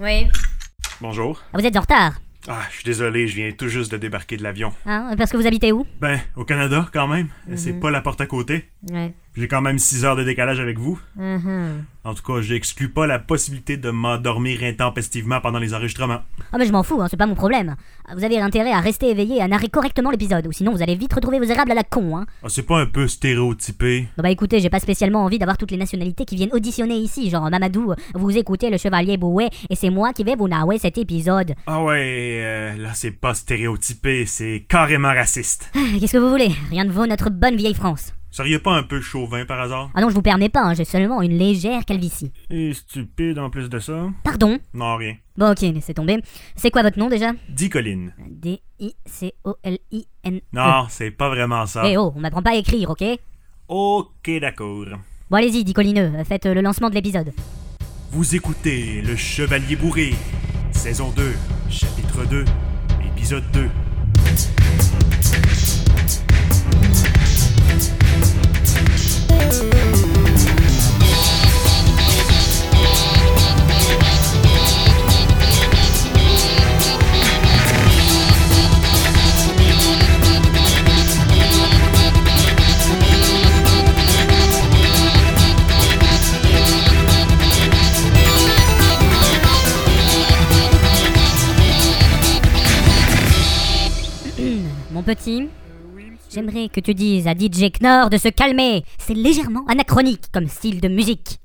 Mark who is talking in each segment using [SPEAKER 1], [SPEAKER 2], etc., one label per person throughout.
[SPEAKER 1] Oui.
[SPEAKER 2] Bonjour.
[SPEAKER 1] Ah, Vous êtes en retard.
[SPEAKER 2] Ah, je suis désolé, je viens tout juste de débarquer de l'avion.
[SPEAKER 1] Hein? Parce que vous habitez où
[SPEAKER 2] Ben, au Canada, quand même.
[SPEAKER 1] Mhm.
[SPEAKER 2] C'est pas la porte à côté.
[SPEAKER 1] Ouais.
[SPEAKER 2] J'ai quand même 6 heures de décalage avec vous.
[SPEAKER 1] Mhm.
[SPEAKER 2] En tout cas, j'exclus pas la possibilité de m'endormir intempestivement pendant les enregistrements.
[SPEAKER 1] Ah mais je m'en fous, hein, c'est pas mon problème. Ah, Vous avez intérêt à rester éveillé et à narrer correctement l'épisode, ou sinon vous allez vite retrouver vos érables à la con, hein.
[SPEAKER 2] Ah, c'est pas un peu stéréotypé?
[SPEAKER 1] Bon bah écoutez, j'ai pas spécialement envie d'avoir toutes les nationalités qui viennent auditionner ici, genre Mamadou, vous écoutez le chevalier Boué, et c'est moi qui vais vous narrer cet épisode.
[SPEAKER 2] Ah ouais, euh, là c'est pas stéréotypé, c'est carrément raciste.
[SPEAKER 1] Ah, Qu'est-ce que vous voulez Rien ne vaut notre bonne vieille France.
[SPEAKER 2] Vous Seriez pas un peu chauvin par hasard?
[SPEAKER 1] Ah non, je vous permets pas, hein, j'ai seulement une légère calvitie.
[SPEAKER 2] Et stupide en plus de ça?
[SPEAKER 1] Pardon
[SPEAKER 2] Non, rien.
[SPEAKER 1] Bon ok, laissez tomber. C'est quoi votre nom déjà
[SPEAKER 2] Dis Colline.
[SPEAKER 1] Euh. D-I-C-O-L-I-N.
[SPEAKER 2] Non, c'est pas vraiment ça.
[SPEAKER 1] Eh oh, on m'apprend pas à écrire, ok
[SPEAKER 2] Ok, d'accord.
[SPEAKER 1] Bon allez-y, dit Collineux, faites euh, le lancement de l'épisode.
[SPEAKER 2] Vous écoutez Le Chevalier Bourré, saison 2, chapitre 2, épisode 2.
[SPEAKER 1] Mon petit, j'aimerais que tu dises à DJ Knorr de se calmer. C'est légèrement anachronique comme style de musique.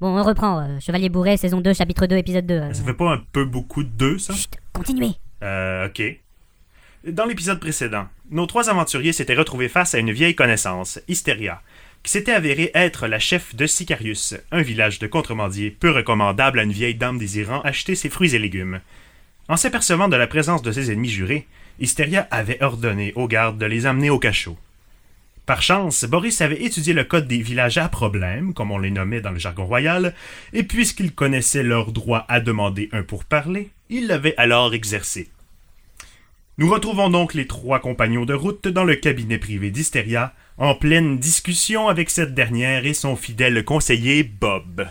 [SPEAKER 1] Bon, on reprend. euh, Chevalier Bourré, saison 2, chapitre 2, épisode 2. euh.
[SPEAKER 2] Ça fait pas un peu beaucoup de deux, ça?
[SPEAKER 1] Chut, continuez.
[SPEAKER 2] Euh, ok. Dans l'épisode précédent, nos trois aventuriers s'étaient retrouvés face à une vieille connaissance, Hysteria, qui s'était avérée être la chef de Sicarius, un village de contrebandiers peu recommandable à une vieille dame désirant acheter ses fruits et légumes. En s'apercevant de la présence de ses ennemis jurés, Hysteria avait ordonné aux gardes de les amener au cachot. Par chance, Boris avait étudié le code des villages à problème, comme on les nommait dans le jargon royal, et puisqu'il connaissait leur droit à demander un pourparler, il l'avait alors exercé. Nous retrouvons donc les trois compagnons de route dans le cabinet privé d'Hysteria, en pleine discussion avec cette dernière et son fidèle conseiller Bob.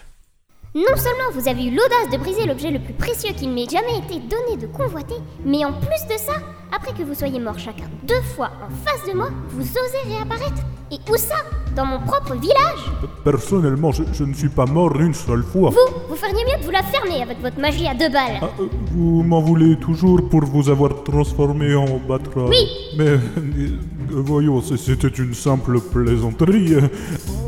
[SPEAKER 3] Non seulement vous avez eu l'audace de briser l'objet le plus précieux qu'il m'ait jamais été donné de convoiter, mais en plus de ça, après que vous soyez morts chacun deux fois en face de moi, vous osez réapparaître. Et où ça Dans mon propre village
[SPEAKER 4] Personnellement, je, je ne suis pas mort une seule fois.
[SPEAKER 3] Vous, vous feriez mieux de vous la fermer avec votre magie à deux balles.
[SPEAKER 4] Ah, euh, vous m'en voulez toujours pour vous avoir transformé en batra.
[SPEAKER 3] Oui.
[SPEAKER 4] Mais euh, voyons, c- c'était une simple plaisanterie euh,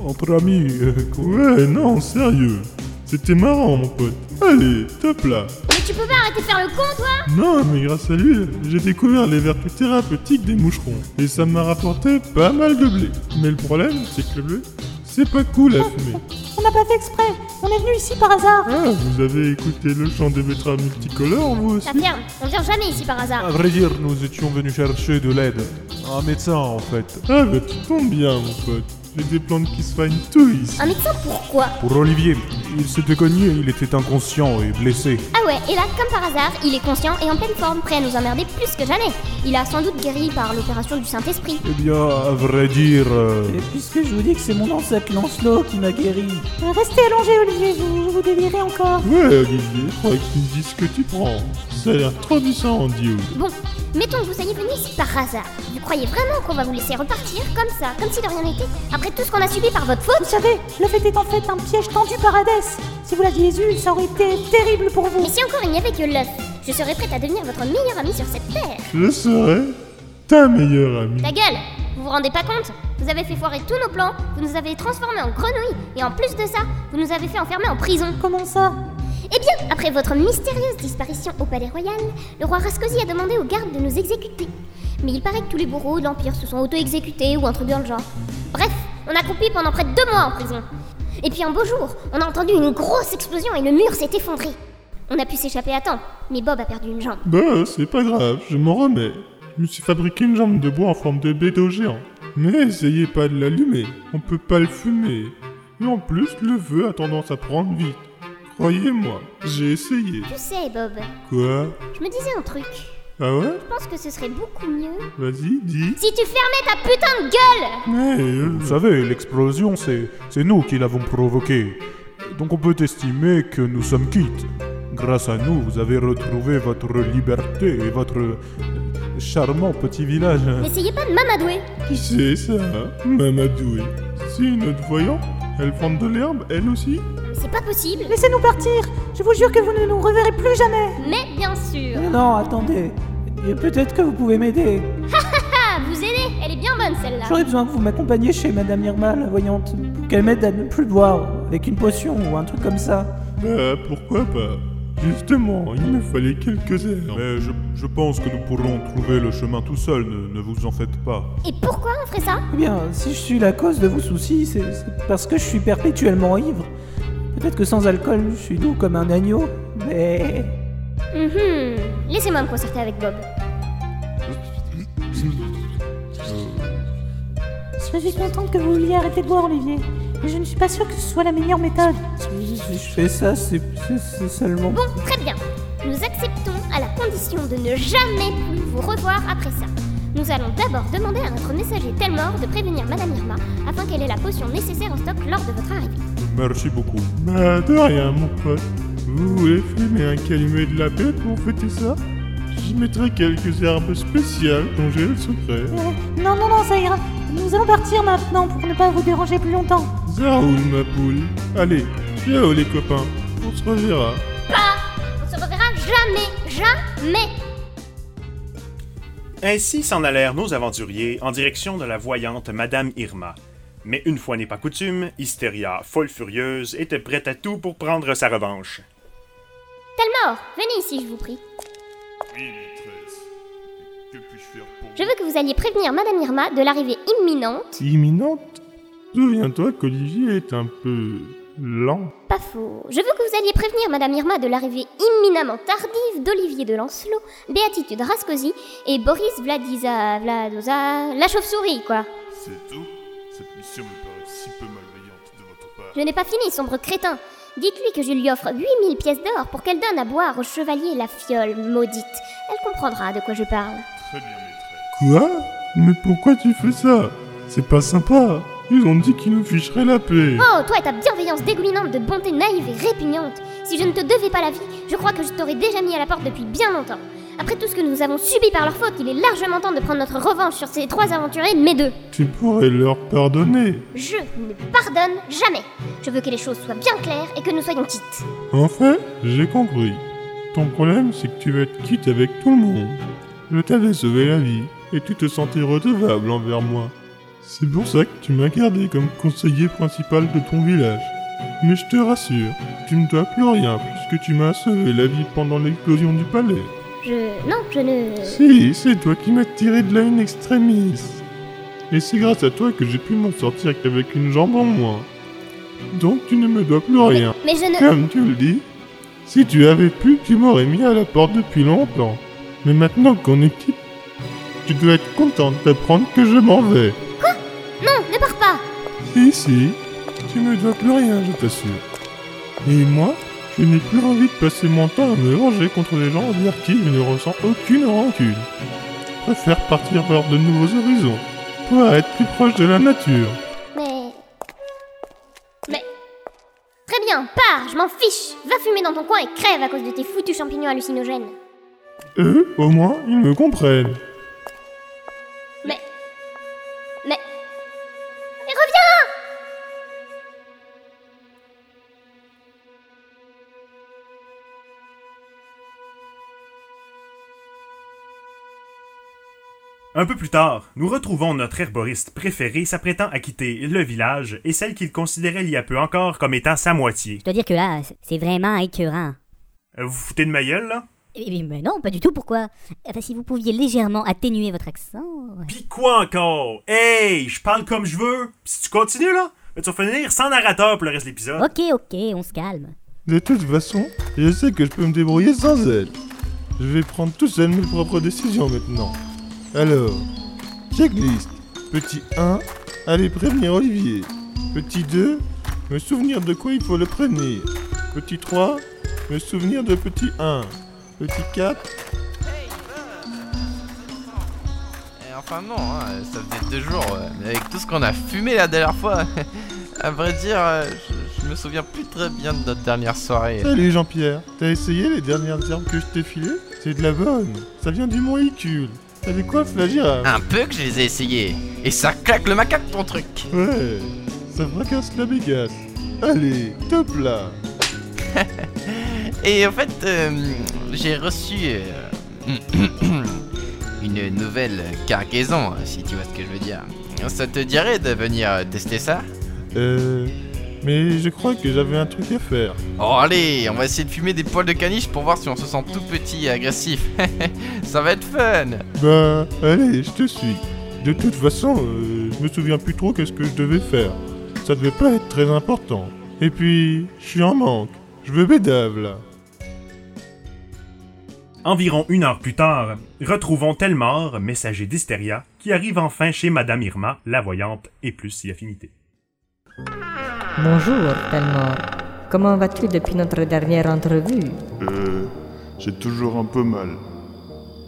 [SPEAKER 4] entre amis. euh, quoi.
[SPEAKER 5] Ouais, non, sérieux. C'était marrant, mon pote. Allez, top là.
[SPEAKER 3] Mais tu peux pas arrêter de faire le con, toi
[SPEAKER 5] Non, mais grâce à lui, j'ai découvert les vertus thérapeutiques des moucherons. Et ça m'a rapporté pas mal de blé. Mais le problème, c'est que le blé, c'est pas cool à fumer.
[SPEAKER 6] On n'a pas fait exprès, on est venu ici par hasard.
[SPEAKER 3] Hein
[SPEAKER 5] Ah, vous avez écouté le chant des betteraves multicolores, vous aussi
[SPEAKER 3] Ça ferme, on vient jamais ici par hasard.
[SPEAKER 4] À Ah, vrai dire, nous étions venus chercher de l'aide. Un médecin, en fait.
[SPEAKER 5] Ah, bah tu tombes bien, mon pote. J'ai des plantes qui soignent tout ici.
[SPEAKER 3] Un médecin, pourquoi
[SPEAKER 4] Pour Olivier, il s'était cogné, il était inconscient et blessé.
[SPEAKER 3] Ah ouais, et là, comme par hasard, il est conscient et en pleine forme, prêt à nous emmerder plus que jamais. Il a sans doute guéri par l'opération du Saint-Esprit.
[SPEAKER 4] Eh bien, à vrai dire... euh,
[SPEAKER 7] Et puisque je vous dis que c'est mon ancêtre Lancelot qui m'a guéri,
[SPEAKER 6] Euh, Restez allongé, Olivier, vous, vous délirez encore.
[SPEAKER 5] Ouais, Olivier, faudrait que tu me dises ce que tu prends. Ça a l'air trop du sang en diode.
[SPEAKER 3] Bon, mettons que vous soyez venus ici par hasard. Vous croyez vraiment qu'on va vous laisser repartir comme ça, comme si de rien n'était, après tout ce qu'on a subi par votre
[SPEAKER 6] Vous
[SPEAKER 3] faute
[SPEAKER 6] savez, le fait est en fait un piège tendu par Hadès. Si vous l'aviez eu, ça aurait été terrible pour vous.
[SPEAKER 3] Mais si encore il n'y avait que l'œuf, je serais prête à devenir votre meilleur ami sur cette terre.
[SPEAKER 5] Je serai ta meilleure amie.
[SPEAKER 3] Ta gueule Vous vous rendez pas compte Vous avez fait foirer tous nos plans, vous nous avez transformés en grenouilles, et en plus de ça, vous nous avez fait enfermer en prison.
[SPEAKER 6] Comment ça
[SPEAKER 3] Eh bien, après votre mystérieuse disparition au palais royal, le roi Rascosi a demandé aux gardes de nous exécuter. Mais il paraît que tous les bourreaux de l'Empire se sont auto-exécutés ou un truc dans le genre. Bref, on a compris pendant près de deux mois en prison. Et puis un beau jour, on a entendu une grosse explosion et le mur s'est effondré. On a pu s'échapper à temps, mais Bob a perdu une jambe.
[SPEAKER 5] Bah, c'est pas grave, je m'en remets. Je me suis fabriqué une jambe de bois en forme de bédo géant. Mais essayez pas de l'allumer, on peut pas le fumer. Et en plus, le feu a tendance à prendre vite. Croyez-moi, j'ai essayé.
[SPEAKER 3] Tu sais, Bob,
[SPEAKER 5] Quoi
[SPEAKER 3] je me disais un truc.
[SPEAKER 5] Ah ouais
[SPEAKER 3] Je pense que ce serait beaucoup mieux
[SPEAKER 5] Vas-y, Eh, dis.
[SPEAKER 3] si tu fermais ta putain de gueule
[SPEAKER 5] Mais, euh,
[SPEAKER 4] Vous savez, l'explosion, c'est c'est nous qui l'avons provoquée. Donc on peut estimer que nous sommes quittes. Grâce à nous, vous avez retrouvé votre liberté et votre euh, charmant petit village.
[SPEAKER 3] N'essayez pas de m'amadouer.
[SPEAKER 5] Qui c'est ça Mamadoué. C'est une autre voyant Elle vend de l'herbe, elle aussi
[SPEAKER 3] C'est pas possible.
[SPEAKER 6] Laissez-nous partir Je vous jure que vous ne nous reverrez plus jamais
[SPEAKER 3] Mais bien sûr.
[SPEAKER 7] Mais non, attendez. Et Peut-être que vous pouvez m'aider.
[SPEAKER 3] Ah, vous aidez. Elle est bien bonne celle-là.
[SPEAKER 7] J'aurais besoin que vous m'accompagniez chez Madame Irma, la voyante, pour qu'elle m'aide à ne plus boire, avec une potion ou un truc comme ça.
[SPEAKER 5] Bah, pourquoi
[SPEAKER 4] Euh,
[SPEAKER 5] pas Justement, il me fallait quelques heures.
[SPEAKER 4] Mais je, je pense que nous pourrons trouver le chemin tout seuls, ne- ne vous en faites pas.
[SPEAKER 3] Et pourquoi on ferait ça
[SPEAKER 7] Eh bien, si je suis la cause de vos soucis, c'est c'est parce que je suis perpétuellement ivre. Peut-être que sans alcool, je suis doux comme un agneau, mais...
[SPEAKER 3] Mhm. Laissez-moi me concerter avec Bob.
[SPEAKER 6] Je suis contente que vous vouliez arrêter de boire, Olivier. Mais je ne suis pas sûre que ce soit la meilleure méthode.
[SPEAKER 7] Si je fais ça, c'est c'est- c'est seulement...
[SPEAKER 3] Bon, très bien. Nous acceptons à la condition de ne jamais plus vous revoir après ça. Nous allons d'abord demander à notre messager Telmor de prévenir Madame Irma afin qu'elle ait la potion nécessaire en stock lors de votre arrivée.
[SPEAKER 4] Merci beaucoup.
[SPEAKER 5] Bah, de rien, mon pote. Vous voulez fumer un calumet de la bête pour fêter ça J'y mettrai quelques herbes spéciales dont j'ai le secret.
[SPEAKER 6] Euh, non, non, non, ça ira. Nous allons partir maintenant pour ne pas vous déranger plus longtemps.
[SPEAKER 5] Zaoul, ma poule. Allez, ciao les copains. On se reverra.
[SPEAKER 3] On se reverra jamais, jamais.
[SPEAKER 2] Ainsi s'en allèrent nos aventuriers en direction de la voyante Madame Irma. Mais une fois n'est pas coutume, Hystéria, folle furieuse, était prête à tout pour prendre sa revanche.
[SPEAKER 3] Telmor, venez ici, je vous prie. Je veux que vous alliez prévenir Madame Irma de l'arrivée imminente.
[SPEAKER 5] Imminente Souviens-toi qu'Olivier est un peu lent.
[SPEAKER 3] Pas faux. Je veux que vous alliez prévenir Madame Irma de l'arrivée imminemment tardive d'Olivier de Lancelot, Béatitude Rascosi et Boris Vladiza, Vladosa, la chauve-souris, quoi.
[SPEAKER 8] C'est tout Cette mission me paraît si peu malveillante de votre part.
[SPEAKER 3] Je n'ai pas fini, sombre crétin. Dites-lui que je lui offre 8000 pièces d'or pour qu'elle donne à boire au chevalier la fiole maudite. Elle comprendra de quoi je parle.
[SPEAKER 8] Très bien, maîtresse.
[SPEAKER 5] Quoi Mais pourquoi tu fais ça C'est pas sympa. Ils ont dit qu'ils nous ficheraient la paix.
[SPEAKER 3] Oh, toi et ta bienveillance dégoulinante de bonté naïve et répugnante. Si je ne te devais pas la vie, je crois que je t'aurais déjà mis à la porte depuis bien longtemps. Après tout ce que nous avons subi par leur faute, il est largement temps de prendre notre revanche sur ces trois aventuriers de mes deux.
[SPEAKER 5] Tu pourrais leur pardonner.
[SPEAKER 3] Je ne pardonne jamais. Je veux que les choses soient bien claires et que nous soyons quittes.
[SPEAKER 5] En fait, j'ai compris. Ton problème, c'est que tu vas être quitte avec tout le monde. Je t'avais sauvé la vie, et tu te sentais redevable envers moi. C'est pour ça que tu m'as gardé comme conseiller principal de ton village. Mais je te rassure, tu ne dois plus rien, puisque tu m'as sauvé la vie pendant l'explosion du palais.
[SPEAKER 3] Je... Non, je ne...
[SPEAKER 5] Si, c'est toi qui m'as tiré de là une extrémis. Et c'est grâce à toi que j'ai pu m'en sortir qu'avec une jambe en moins. Donc tu ne me dois plus rien.
[SPEAKER 3] Mais je ne...
[SPEAKER 5] Comme tu le dis, si tu avais pu, tu m'aurais mis à la porte depuis longtemps. Mais maintenant qu'on est quitte, tu dois être contente d'apprendre que je m'en vais.
[SPEAKER 3] Non, ne pars pas
[SPEAKER 5] Si, si, tu me dois plus rien, je t'assure. Et moi, je n'ai plus envie de passer mon temps à me ranger contre des gens envers qui je ne ressens aucune rancune. Je préfère partir vers de nouveaux horizons, pour être plus proche de la nature.
[SPEAKER 3] Mais... Mais... Très bien, pars, je m'en fiche. Va fumer dans ton coin et crève à cause de tes foutus champignons hallucinogènes.
[SPEAKER 5] Eux, au moins, ils me comprennent.
[SPEAKER 3] Mais... Mais... Mais reviens
[SPEAKER 2] Un peu plus tard, nous retrouvons notre herboriste préféré s'apprêtant à quitter le village et celle qu'il considérait il y a peu encore comme étant sa moitié.
[SPEAKER 1] Je dois dire que là, c'est- c'est vraiment écœurant.
[SPEAKER 2] Euh, Vous vous foutez de ma gueule, là
[SPEAKER 1] Eh, eh, Mais non, pas du tout, pourquoi Enfin, si vous pouviez légèrement atténuer votre accent...
[SPEAKER 2] Pis quoi encore Hey, je parle comme je veux Si tu continues, là, ben, tu vas finir sans narrateur pour le reste de l'épisode.
[SPEAKER 1] Ok, ok, on se calme.
[SPEAKER 5] De toute façon, je sais que je peux me débrouiller sans elle. Je vais prendre tout seul mes propres décisions maintenant. Alors, checklist. Petit 1, aller prévenir Olivier. Petit 2, me souvenir de quoi il faut le prévenir. Petit 3, me souvenir de petit 1. Petit 4,
[SPEAKER 9] Eh, enfin non, hein, ça faisait deux jours, ouais. mais avec tout ce qu'on a fumé la dernière fois, à vrai dire, euh, je, je je me souviens plus très bien de notre dernière soirée.
[SPEAKER 5] Salut Jean-Pierre, t'as essayé les dernières herbes que je t'ai filées C'est de la bonne, ça vient du mont Icule. Ça décoiffe la girafe.
[SPEAKER 9] Un peu que je les ai essayés. Et ça claque le macaque ton truc.
[SPEAKER 5] Ouais, ça fracasse la bégasse. Allez, top là
[SPEAKER 9] Et en fait, euh, j'ai reçu euh, une nouvelle cargaison, si tu vois ce que je veux dire. Ça te dirait de venir tester ça
[SPEAKER 5] Euh... Mais je crois que j'avais un truc à faire.
[SPEAKER 9] Oh allez, on va essayer de fumer des poils de caniche pour voir si on se sent tout petit et agressif. ça va être fun
[SPEAKER 5] Bah, allez, je te suis. De toute façon, euh, je me souviens plus trop qu'est-ce que je devais faire. Ça devait pas être très important. Et puis, je suis en manque. Je veux bédave là.
[SPEAKER 2] Environ une heure plus tard, retrouvons Telmor, messager d'Hystéria, qui arrive enfin chez Madame Irma, la voyante, et plus si affinité.
[SPEAKER 10] Bonjour, Telmor. Comment vas-tu depuis notre dernière entrevue
[SPEAKER 8] Euh. J'ai toujours un peu mal.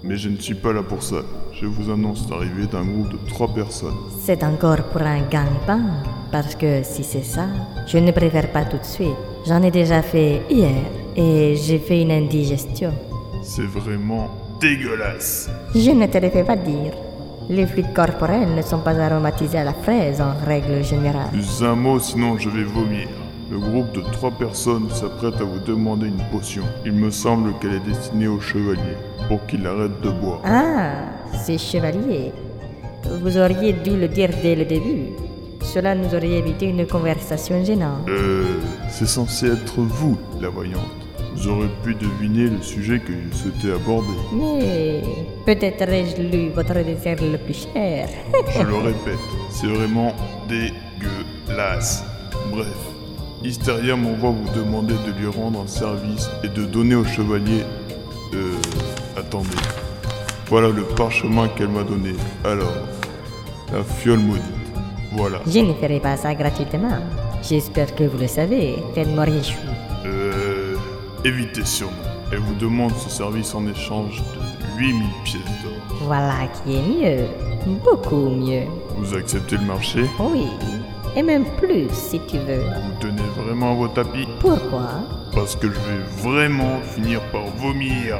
[SPEAKER 8] Mais je ne suis pas là pour ça. Je vous annonce l'arrivée d'un groupe de trois personnes.
[SPEAKER 10] C'est encore pour un gangbang Parce que si c'est ça, je ne préfère pas tout de suite. J'en ai déjà fait hier et j'ai fait une indigestion.
[SPEAKER 8] C'est vraiment dégueulasse.
[SPEAKER 10] Je ne te le fais pas dire. Les fluides corporels ne sont pas aromatisés à la fraise en règle générale.
[SPEAKER 8] Use un mot sinon je vais vomir. Le groupe de trois personnes s'apprête à vous demander une potion. Il me semble qu'elle est destinée au chevalier, pour qu'il arrête de boire.
[SPEAKER 10] Ah, ces chevaliers. Vous auriez dû le dire dès le début. Cela nous aurait évité une conversation gênante.
[SPEAKER 8] Euh, c'est censé être vous, la voyante. Vous aurez pu deviner le sujet que je souhaitais aborder.
[SPEAKER 10] Mais peut-être ai-je lu votre désert le plus cher.
[SPEAKER 8] Je le répète, c'est vraiment dégueulasse. Bref, Hysteria m'envoie vous demander de lui rendre un service et de donner au chevalier... Euh... Attendez. Voilà le parchemin qu'elle m'a donné. Alors, la fiole maudite. Voilà.
[SPEAKER 10] Je ne ferai pas ça gratuitement. J'espère que vous le savez, Faites-moi riche.
[SPEAKER 8] Euh... Évitez sûrement. Elle vous demande ce service en échange de 8000 pièces d'or.
[SPEAKER 10] Voilà qui est mieux. Beaucoup mieux.
[SPEAKER 8] Vous acceptez le marché
[SPEAKER 10] Oui. Et même plus si tu veux.
[SPEAKER 8] Vous tenez vraiment à vos tapis
[SPEAKER 10] Pourquoi
[SPEAKER 8] Parce que je vais vraiment finir par vomir.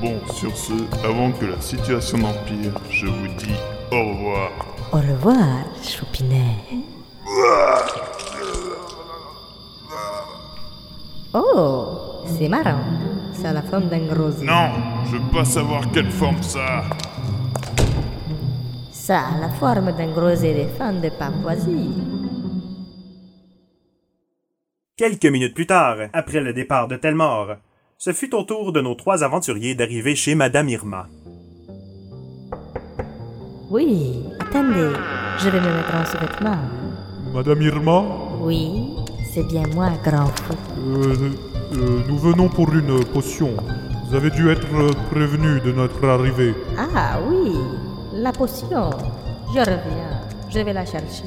[SPEAKER 8] Bon, sur ce, avant que la situation n'empire, je vous dis au revoir.
[SPEAKER 10] Au revoir, Choupinet. Oh, c'est marrant. Ça a la forme d'un gros œuf.
[SPEAKER 8] Non, je veux pas savoir quelle forme ça. a.
[SPEAKER 10] Ça a la forme d'un gros éléphant de Papouasie.
[SPEAKER 2] Quelques minutes plus tard, après le départ de Telmor, ce fut au tour de nos trois aventuriers d'arriver chez Madame Irma.
[SPEAKER 10] Oui, attendez. Je vais me mettre en sous-vêtement.
[SPEAKER 4] Madame Irma,
[SPEAKER 10] Oui, c'est bien moi, grand fou.
[SPEAKER 4] euh, euh, nous venons pour une potion. Vous avez dû être euh, prévenu de notre arrivée.
[SPEAKER 10] Ah oui, la potion. Je reviens. Je vais la chercher.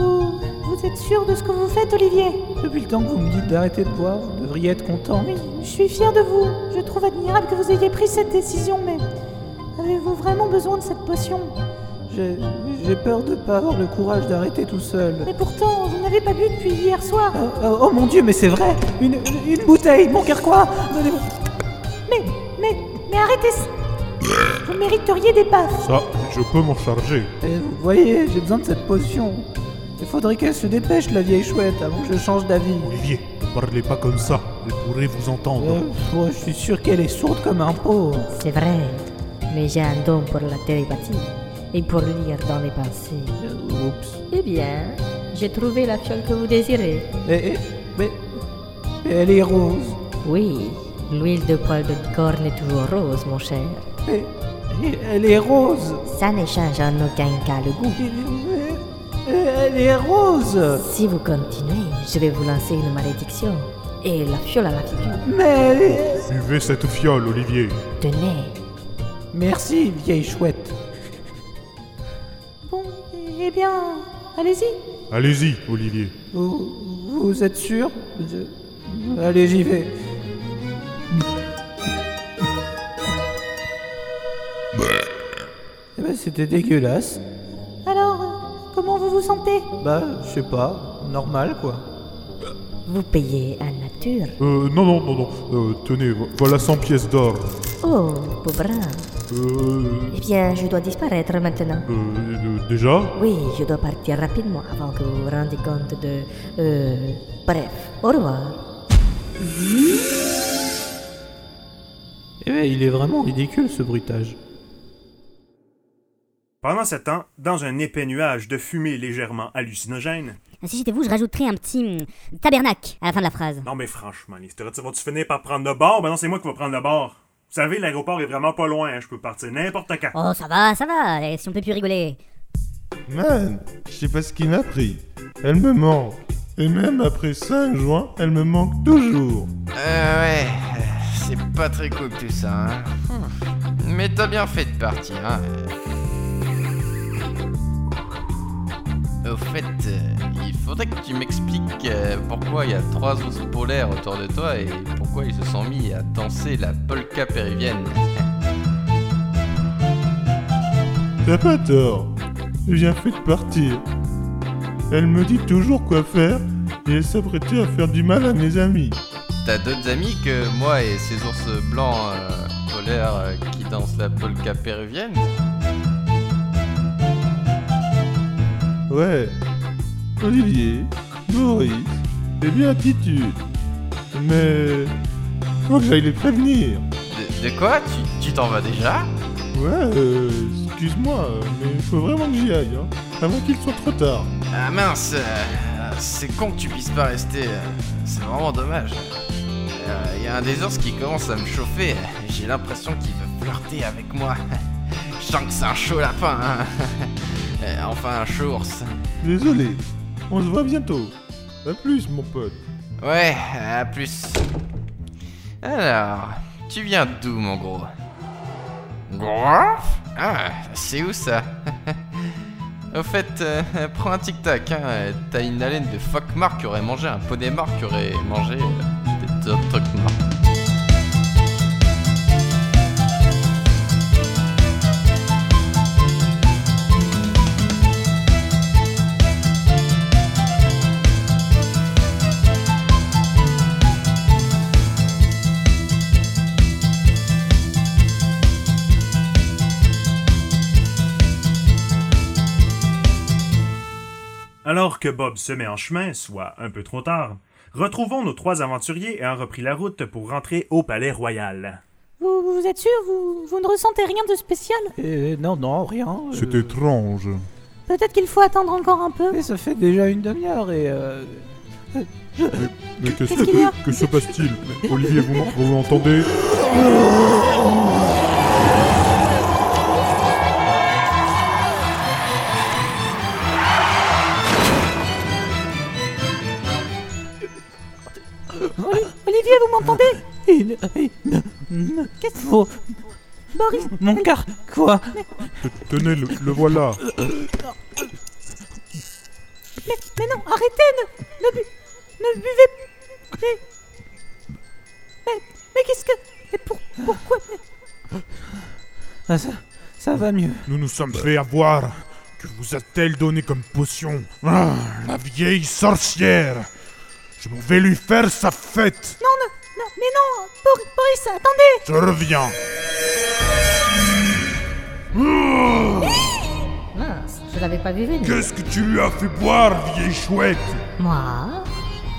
[SPEAKER 6] Vous, vous êtes sûr de ce que vous faites, Olivier
[SPEAKER 7] Depuis le temps que vous me dites d'arrêter de boire, vous devriez être content.
[SPEAKER 6] Oui, je suis fière de vous. Je trouve admirable que vous ayez pris cette décision, mais avez-vous vraiment besoin de cette potion
[SPEAKER 7] J'ai j'ai peur de pas avoir le courage d'arrêter tout seul.
[SPEAKER 6] Mais pourtant, vous n'avez pas bu depuis hier soir.
[SPEAKER 7] Oh, oh, oh mon dieu, mais c'est vrai Une, une bouteille, mon carquois Donnez-moi
[SPEAKER 6] Mais, mais, mais arrêtez ça. Vous mériteriez des baffes.
[SPEAKER 4] Ça, je peux m'en charger.
[SPEAKER 7] Eh, Vous voyez, j'ai besoin de cette potion. Il faudrait qu'elle se dépêche, la vieille chouette, avant que je change d'avis.
[SPEAKER 4] Olivier, ne parlez pas comme ça. Elle pourrait vous
[SPEAKER 7] Euh,
[SPEAKER 4] entendre.
[SPEAKER 7] oh, je suis sûr qu'elle est sourde comme un pot.
[SPEAKER 10] C'est vrai, mais j'ai un don pour la télépathie et pour lire dans les pensées.
[SPEAKER 7] Euh, Oups.
[SPEAKER 10] Eh bien, j'ai trouvé la fiole que vous désirez.
[SPEAKER 7] Mais, mais, mais elle est rose.
[SPEAKER 10] Oui, l'huile de poil de licorne est toujours rose, mon cher.
[SPEAKER 7] Mais, mais elle est rose.
[SPEAKER 10] Ça ne change en aucun cas le goût.
[SPEAKER 7] Mais, mais, Elle est rose.
[SPEAKER 10] Si vous continuez, je vais vous lancer une malédiction. Et la fiole à la figure.
[SPEAKER 7] Mais elle est...
[SPEAKER 4] Buvez cette fiole, Olivier.
[SPEAKER 10] Tenez,
[SPEAKER 7] Merci, vieille chouette.
[SPEAKER 6] Bon, eh bien, allez-y.
[SPEAKER 4] Allez-y, Olivier.
[SPEAKER 7] Vous, vous êtes sûr Je- Allez, j'y vais. Eh ben, c'était dégueulasse. Eh ben,
[SPEAKER 6] Alors, euh, comment vous vous santé
[SPEAKER 7] Bah, je sais pas, normal quoi.
[SPEAKER 10] Vous payez à nature.
[SPEAKER 4] Euh, non, non, non, non. Euh, tenez, vo- voilà 100 pièces d'or.
[SPEAKER 10] Oh, pauvre.
[SPEAKER 4] Euh,
[SPEAKER 10] Eh bien, je dois disparaître maintenant.
[SPEAKER 4] euh, euh, déjà
[SPEAKER 10] Oui, je dois partir rapidement avant que vous vous rendiez compte de... Euh... Bref, au revoir.
[SPEAKER 7] Eh ben, il est vraiment ridicule ce bruitage.
[SPEAKER 2] Pendant ce temps, dans un épais nuage de fumée légèrement hallucinogène,
[SPEAKER 1] Si j'étais vous, je rajouterais un petit hum, tabernacle à la fin de la phrase.
[SPEAKER 2] non mais franchement, les stéréotypes, vont-tu finir par prendre le bord? Ben non, c'est moi qui vais prendre le bord. Vous savez, l'aéroport est vraiment pas loin, hein, je peux partir n'importe quand.
[SPEAKER 1] Oh, ça va, ça va, allez, si on peut plus rigoler.
[SPEAKER 5] Man, je sais pas ce qui m'a pris. Elle me manque. Et même après 5 juin, elle me manque toujours.
[SPEAKER 9] Euh, ouais, euh, c'est pas très cool tout ça, hein. Hmm. Mais t'as bien fait de partir, hein. Au fait, euh, il faudrait que tu m'expliques euh, pourquoi il y a trois ours polaires autour de toi et pourquoi ils se sont mis à danser la polka péruvienne.
[SPEAKER 5] T'as pas tort. J'ai bien fait de partir. Elle me dit toujours quoi faire et elle s'apprêtait à faire du mal à mes amis.
[SPEAKER 9] T'as d'autres amis que moi et ces ours blancs euh, polaires euh, qui dansent la polka péruvienne
[SPEAKER 5] Ouais. Olivier, Maurice, et bien attitude. Mais. Faut que j'aille les prévenir.
[SPEAKER 9] De, de quoi Tu- Tu t'en vas déjà
[SPEAKER 5] Ouais, euh, excuse-moi, mais faut vraiment que j'y aille, hein, avant qu'il soit trop tard.
[SPEAKER 9] Ah mince, euh, c'est con que tu puisses pas rester. euh, C'est vraiment dommage. Il y a un des ours qui commence à me chauffer. euh, J'ai l'impression qu'il veut flirter avec moi. Je sens que c'est un chaud lapin. hein. Euh, Enfin, un chaud ours.
[SPEAKER 5] Désolé, on se voit bientôt. A plus, mon pote.
[SPEAKER 9] Ouais, à plus. Alors, tu viens d'où, mon gros Gouaf Ah, c'est où ça Au fait, euh, prends un tic-tac, hein, euh, t'as une haleine de fuck-marc qui aurait mangé un poney marc qui aurait mangé euh, des autres trucs morts.
[SPEAKER 2] Alors que Bob se met en chemin, soit un peu trop tard, retrouvons nos trois aventuriers ayant repris la route pour rentrer au palais royal.
[SPEAKER 6] Vous, vous êtes sûr vous, vous ne ressentez rien de spécial
[SPEAKER 7] Euh, non, non, rien. euh,
[SPEAKER 4] C'est étrange.
[SPEAKER 6] Peut-être qu'il faut attendre encore un peu.
[SPEAKER 7] mais ça fait déjà une demi-heure et. euh,
[SPEAKER 4] Mais qu'est-ce
[SPEAKER 6] Qu'est-ce qu'il y a
[SPEAKER 4] que se passe-t-il Olivier, vous, m'en- vous m'entendez Euh,
[SPEAKER 6] Olivier, vous m'entendez
[SPEAKER 7] Il. il-
[SPEAKER 6] Qu'est-ce que...
[SPEAKER 7] Faut.
[SPEAKER 6] Boris,
[SPEAKER 7] Mon car. Quoi
[SPEAKER 4] Tenez, le, le voilà.
[SPEAKER 6] mais, mais non, arrêtez Ne, ne, bu- ne buvez... Mais, mais, mais qu'est-ce que... Mais pour, pourquoi
[SPEAKER 7] Ah, ça, ça va mieux.
[SPEAKER 4] Nous nous sommes fait avoir. Que vous a-t-elle donné comme potion Ah, La vieille sorcière Je vais lui faire sa fête
[SPEAKER 6] Non, ne, non, mais non Boris, Boris, attendez
[SPEAKER 4] Je reviens
[SPEAKER 10] Mince, je l'avais pas vu venir.
[SPEAKER 4] Qu'est-ce que tu lui as fait boire, vieille chouette
[SPEAKER 10] Moi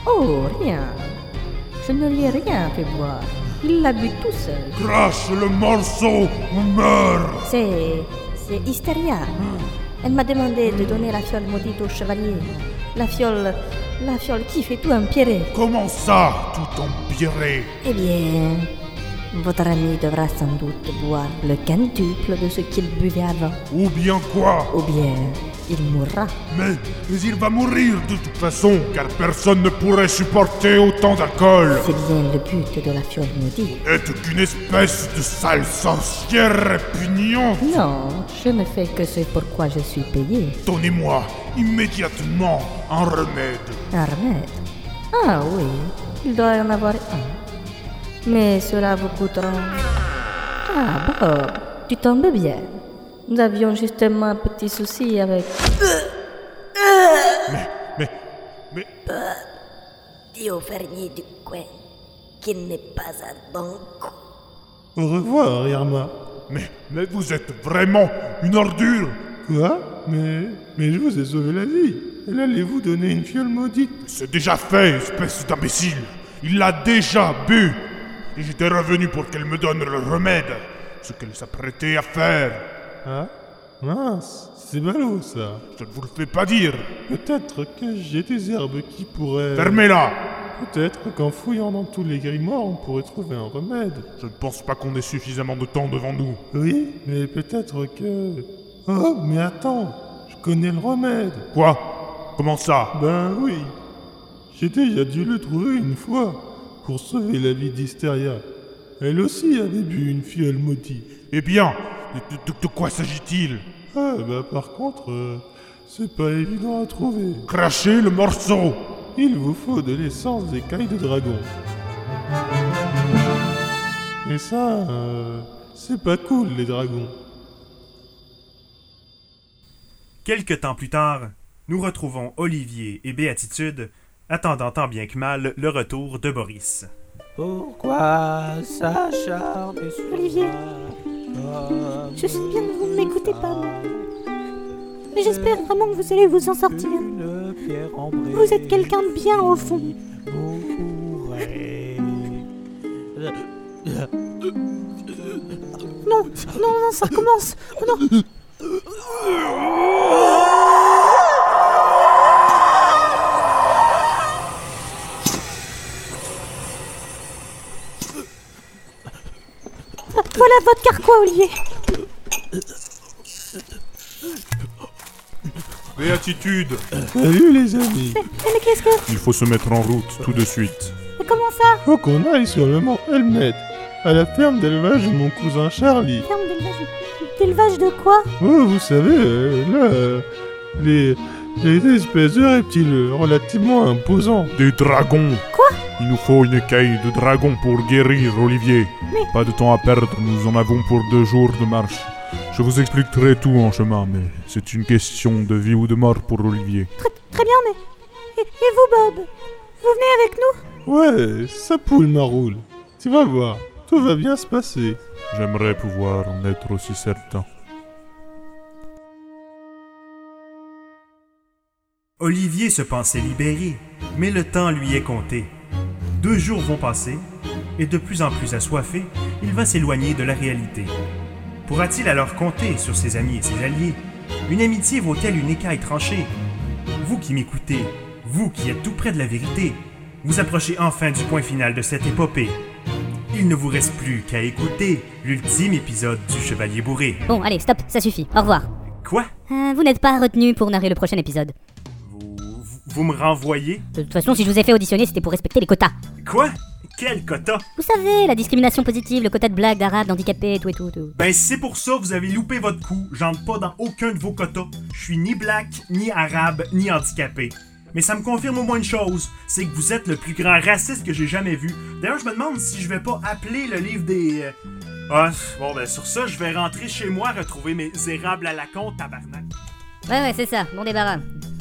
[SPEAKER 10] Oh, rien. Je ne lui ai rien fait boire. Il l'a bu tout seul.
[SPEAKER 4] Crache le morceau ou meurs
[SPEAKER 10] C'est. C'est Hysteria.
[SPEAKER 4] Hmm.
[SPEAKER 10] Elle m'a demandé de donner la fiole maudite au chevalier. La fiole. La fiole qui fait tout empirer.
[SPEAKER 4] Comment ça, tout empiré
[SPEAKER 10] Eh bien. Votre ami devra sans doute boire le quintuple de ce qu'il buvait avant.
[SPEAKER 4] Ou bien quoi
[SPEAKER 10] Ou bien. Il mourra.
[SPEAKER 4] mais, mais il va mourir de toute façon, car personne ne pourrait supporter autant d'alcool
[SPEAKER 10] C'est bien le but de la fiole maudite.
[SPEAKER 4] Être qu'une espèce de sale sorcière répugnante
[SPEAKER 10] Non, je ne fais que ce pourquoi je suis payé.
[SPEAKER 4] Donnez-moi immédiatement un remède.
[SPEAKER 10] Un remède Ah oui, il doit y en avoir un. Mais cela vous coûtera... Ah Bob, tu tombes bien. Nous avions justement un petit souci avec...
[SPEAKER 11] petit auvergnat du coin, qui n'est pas un bon coup.
[SPEAKER 5] Au revoir, Irma.
[SPEAKER 4] Mais, mais vous êtes vraiment une ordure
[SPEAKER 5] Quoi Mais, mais je vous ai sauvé la vie. Elle allait vous donner une fiole maudite.
[SPEAKER 4] C'est déjà fait, espèce d'imbécile Il l'a déjà bu Et j'étais revenu pour qu'elle me donne le remède, ce qu'elle s'apprêtait à faire.
[SPEAKER 5] Ah Mince, c'est ballot ça.
[SPEAKER 4] Je ne vous le fais pas dire
[SPEAKER 5] Peut-être que j'ai des herbes qui pourraient.
[SPEAKER 4] Fermez-la
[SPEAKER 5] Peut-être qu'en fouillant dans Euh, tous les grimoires, on pourrait trouver un remède.
[SPEAKER 4] Je ne pense pas qu'on ait suffisamment de temps devant nous.
[SPEAKER 5] Oui, mais peut-être que. Oh, mais attends, je connais le remède.
[SPEAKER 4] Quoi Comment ça
[SPEAKER 5] Ben oui. J'ai déjà dû le trouver une fois pour sauver la vie d'Hysteria. Elle aussi avait bu une fiole maudite.
[SPEAKER 4] Eh bien, de, de- de quoi s'agit-il
[SPEAKER 5] Ah, bah par contre, euh, c'est pas évident à trouver.
[SPEAKER 4] Crachez le morceau
[SPEAKER 5] Il vous faut de l'essence d'écailles de dragon. Et ça, euh, c'est pas cool les dragons.
[SPEAKER 2] Quelque temps plus tard, nous retrouvons Olivier et Béatitude, attendant tant bien que mal le retour de Boris.
[SPEAKER 7] Pourquoi s'acharner sur
[SPEAKER 6] Olivier,
[SPEAKER 7] moi
[SPEAKER 6] je sais bien que vous ne m'écoutez pas, moi. Mais j'espère vraiment que vous allez vous en sortir.
[SPEAKER 7] Une pierre embrayée
[SPEAKER 6] Vous êtes quelqu'un de bien au fond.
[SPEAKER 7] vous pourrez-
[SPEAKER 6] Non, non, non, ça recommence. Oh non. Voilà votre carquois, Olivier.
[SPEAKER 4] Béatitude
[SPEAKER 5] Salut les amis
[SPEAKER 6] Eh, Mais, mais qu'est-ce que.
[SPEAKER 4] Il faut se mettre en route tout de suite.
[SPEAKER 6] mais comment ça
[SPEAKER 5] Faut qu'on aille sur le mont Helmet, à la ferme d'élevage de mon cousin Charlie.
[SPEAKER 6] Ferme d'élevage. D'élevage de quoi
[SPEAKER 5] Oh, vous savez, euh, là, euh, les, les espèces de reptiles relativement imposants.
[SPEAKER 4] Des dragons
[SPEAKER 6] Quoi
[SPEAKER 4] Il nous faut une écaille de dragon pour guérir Olivier.
[SPEAKER 6] Mais-
[SPEAKER 4] Pas de temps à perdre, nous en avons pour deux jours de marche. Je vous expliquerai tout en chemin, mais c'est une question de vie ou de mort pour Olivier.
[SPEAKER 6] Très, très bien, mais. Et, et vous, Bob Vous venez avec nous
[SPEAKER 5] Ouais, ça poule ma roule. Tu vas voir, tout va bien se passer.
[SPEAKER 4] J'aimerais pouvoir en être aussi certain.
[SPEAKER 2] Olivier se pensait libéré, mais le temps lui est compté. Deux jours vont passer, et de plus en plus assoiffé, il va s'éloigner de la réalité. Pourra-t-il alors compter sur ses amis et ses alliés Une amitié vaut-elle une écaille tranchée Vous qui m'écoutez, vous qui êtes tout près de la vérité, vous approchez enfin du point final de cette épopée. Il ne vous reste plus qu'à écouter l'ultime épisode du Chevalier Bourré.
[SPEAKER 1] Bon, allez, stop, ça suffit. Au revoir.
[SPEAKER 2] Quoi
[SPEAKER 1] Euh, vous n'êtes pas retenu pour narrer le prochain épisode.
[SPEAKER 2] vous, vous- vous me renvoyez
[SPEAKER 1] De toute façon, si je vous ai fait auditionner, c'était pour respecter les quotas.
[SPEAKER 2] Quoi Quel quota
[SPEAKER 1] Vous savez, la discrimination positive, le quota de blagues, d'arabes, d'handicapés, tout et tout, tout.
[SPEAKER 2] Ben c'est pour ça que vous avez loupé votre coup. J'entre pas dans aucun de vos quotas. Je suis ni black, ni arabe, ni handicapé. Mais ça me confirme au moins une chose, c'est que vous êtes le plus grand raciste que j'ai jamais vu. D'ailleurs, je me demande si je vais pas appeler le livre des... euh, Ah, bon ben sur ça, je vais rentrer chez moi retrouver mes érables à la con, tabarnak.
[SPEAKER 1] Ouais, ouais, c'est ça, bon débarras.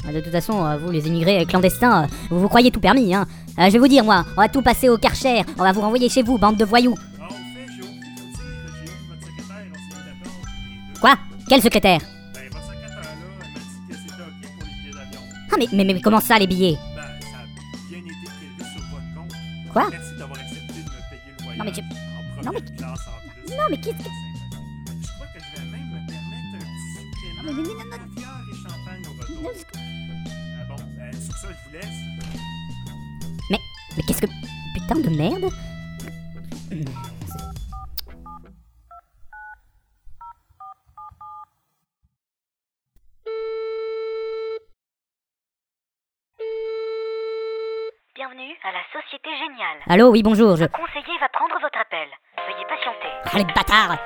[SPEAKER 1] Ah, De toute façon, euh, vous les immigrés euh, clandestins, euh, vous vous croyez tout permis, hein. Euh, je vais vous dire, moi, on va tout passer au karcher, on va vous renvoyer chez vous, bande de voyous.
[SPEAKER 2] Ah, au fait, j'ai oublié de vous dire, j'ai eu votre secrétaire, on s'est mis d'accord, les deux.
[SPEAKER 1] Quoi Quel secrétaire
[SPEAKER 2] Ben, votre secrétaire là, elle m'a dit que c'était ok pour les billets d'avion.
[SPEAKER 1] Ah, mais, mais, mais comment ça, les billets
[SPEAKER 2] Ben, ça a bien été prélevé sur votre compte.
[SPEAKER 1] Quoi
[SPEAKER 2] Merci d'avoir accepté de me payer le voyage.
[SPEAKER 1] Non, mais tu-
[SPEAKER 2] En
[SPEAKER 1] Non,
[SPEAKER 2] première classe en plus.
[SPEAKER 1] Non, mais qu'est-ce que.
[SPEAKER 2] Je crois que je vais même me permettre un petit supplément.
[SPEAKER 1] Non, mais- mais-
[SPEAKER 2] de Caviar et champagne au retour. Ah bon, euh, sur ça, je vous laisse.
[SPEAKER 1] Mais qu'est-ce que. Putain de merde
[SPEAKER 11] Bienvenue à la Société Géniale.
[SPEAKER 1] Allô, oui, bonjour, je.
[SPEAKER 11] Conseiller va prendre votre appel. Veuillez patienter.
[SPEAKER 1] Ah, les bâtards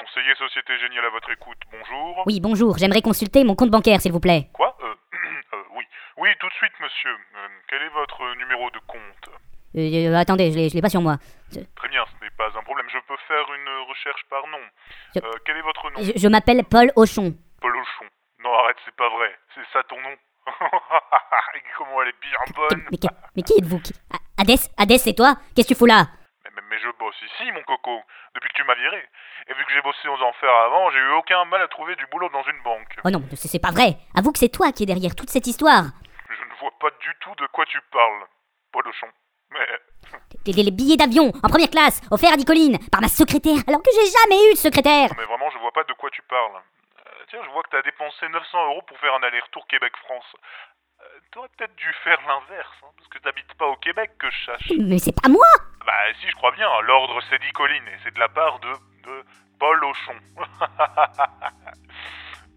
[SPEAKER 4] Conseiller Société Géniale à votre écoute, bonjour.
[SPEAKER 1] Oui, bonjour, j'aimerais consulter mon compte bancaire, s'il vous plaît.
[SPEAKER 4] Quoi euh, euh, Oui, oui, tout de suite, monsieur. Euh, quel est votre numéro de compte
[SPEAKER 1] Euh, euh, attendez, je l'ai- je l'ai pas sur moi.
[SPEAKER 4] Très bien, ce n'est pas un problème. Je peux faire une recherche par nom.
[SPEAKER 1] Je-
[SPEAKER 4] Euh, quel est votre nom
[SPEAKER 1] Je, je m'appelle Paul Auchon.
[SPEAKER 4] Polochon. Non, arrête, c'est pas vrai. C'est ça ton nom
[SPEAKER 12] Comment elle est bien bonne
[SPEAKER 1] Mais, qui- mais qui êtes-vous qui... A- Hadès Hadès, c'est toi Qu'est-ce que tu fous là
[SPEAKER 12] mais, mais- mais je bosse ici, mon coco, depuis que tu m'as viré. Et vu que j'ai bossé aux enfers avant, j'ai eu aucun mal à trouver du boulot dans une banque.
[SPEAKER 1] Oh non, mais c'est c'est pas vrai Avoue que c'est toi qui es derrière toute cette histoire
[SPEAKER 12] Je ne vois pas du tout de quoi tu parles, Polochon. Mais...
[SPEAKER 1] Des- des- Les billets d'avion en première classe, offerts à Nicoline, par ma secrétaire, alors que j'ai jamais eu de secrétaire
[SPEAKER 12] mais vraiment, je vois pas de quoi tu parles. Euh, tiens, je vois que t'as dépensé 900 euros pour faire un aller-retour Québec-France. Euh, T'aurais peut-être dû faire l'inverse, hein, parce que t'habites pas au Québec, que je sache.
[SPEAKER 1] Mais c'est pas moi
[SPEAKER 12] Bah si, je crois bien. L'ordre, c'est dit Colline, et c'est de la part de... de... Paul Auchon.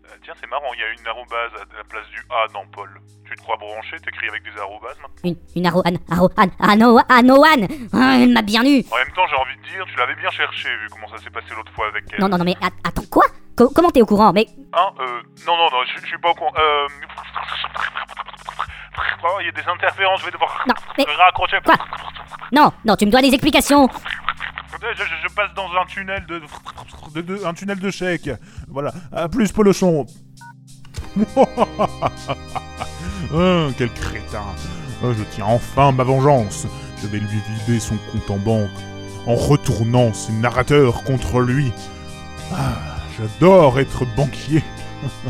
[SPEAKER 12] Euh, Tiens, c'est marrant, il y a une arrobase à la place du A dans Paul. Tu te crois branché, t'écris avec des arrobases maintenant
[SPEAKER 1] Une, une Arohan, Arohan, Anoan, Anoan Ah, Elle m'a bien eu
[SPEAKER 12] En même temps, j'ai envie de dire, tu l'avais bien cherché, vu comment ça s'est passé l'autre fois avec elle.
[SPEAKER 1] Non, non, non, mais at- attends, quoi Co- Comment t'es au courant Mais
[SPEAKER 12] Hein euh, Non, non, non, je je suis pas au courant. Euh... oh, il y a des interférences, je vais devoir raccrocher.
[SPEAKER 1] non, non, tu me dois des explications
[SPEAKER 12] Je, je- je passe dans un tunnel de...
[SPEAKER 4] De- de- un tunnel de chèque. Voilà. Euh, À plus, Polochon. Hein, quel crétin. Ah, je tiens enfin ma vengeance. Je vais lui vider son compte en banque en retournant ses narrateurs contre lui. Ah, j'adore être banquier.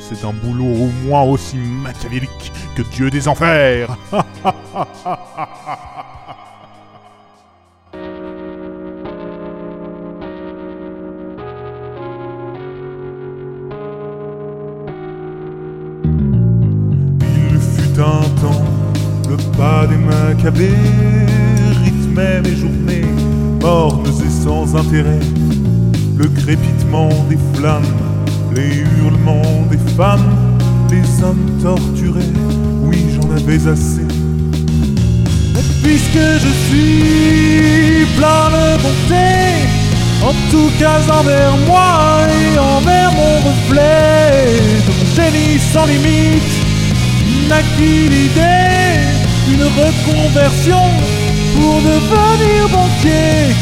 [SPEAKER 4] C'est un boulot au moins aussi machiavélique que Dieu des enfers.
[SPEAKER 13] fut un temps, le pas des macabées rythmait mes journées, mornes et sans intérêt. Le crépitement des flammes, les hurlements des femmes, les hommes torturés, oui j'en avais assez.
[SPEAKER 14] Mais puisque je suis plein de bonté, en tout cas envers moi et envers mon reflet, de mon génie sans limite, naquit l'idée d'une reconversion pour devenir banquier.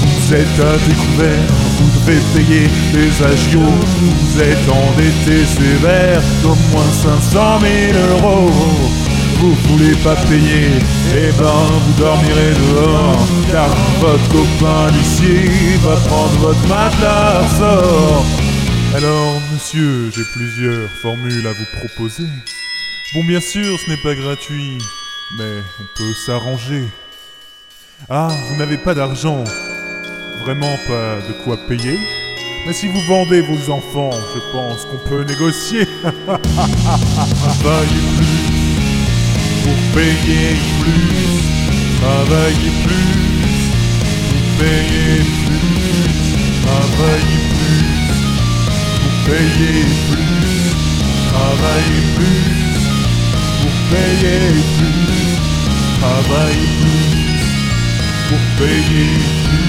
[SPEAKER 13] Vous êtes à découvert, vous devez payer les agios, vous êtes endetté sévère, d'au moins 500 000 euros. Oh, Vous voulez pas payer, eh ben vous dormirez dehors, car votre copain d'ici va prendre votre matelas à ressort.
[SPEAKER 4] Alors, monsieur, j'ai plusieurs formules à vous proposer.
[SPEAKER 13] Bon, bien sûr, ce n'est pas gratuit, mais on peut s'arranger.
[SPEAKER 4] Ah, vous n'avez pas d'argent. Vraiment pas de quoi payer. Mais si vous vendez vos enfants, je pense qu'on peut négocier.
[SPEAKER 13] Travaillez plus pour payer plus. Travaillez plus pour payer plus. Travaillez plus pour payer plus. Travaillez plus pour payer plus. Travaillez plus pour payer plus.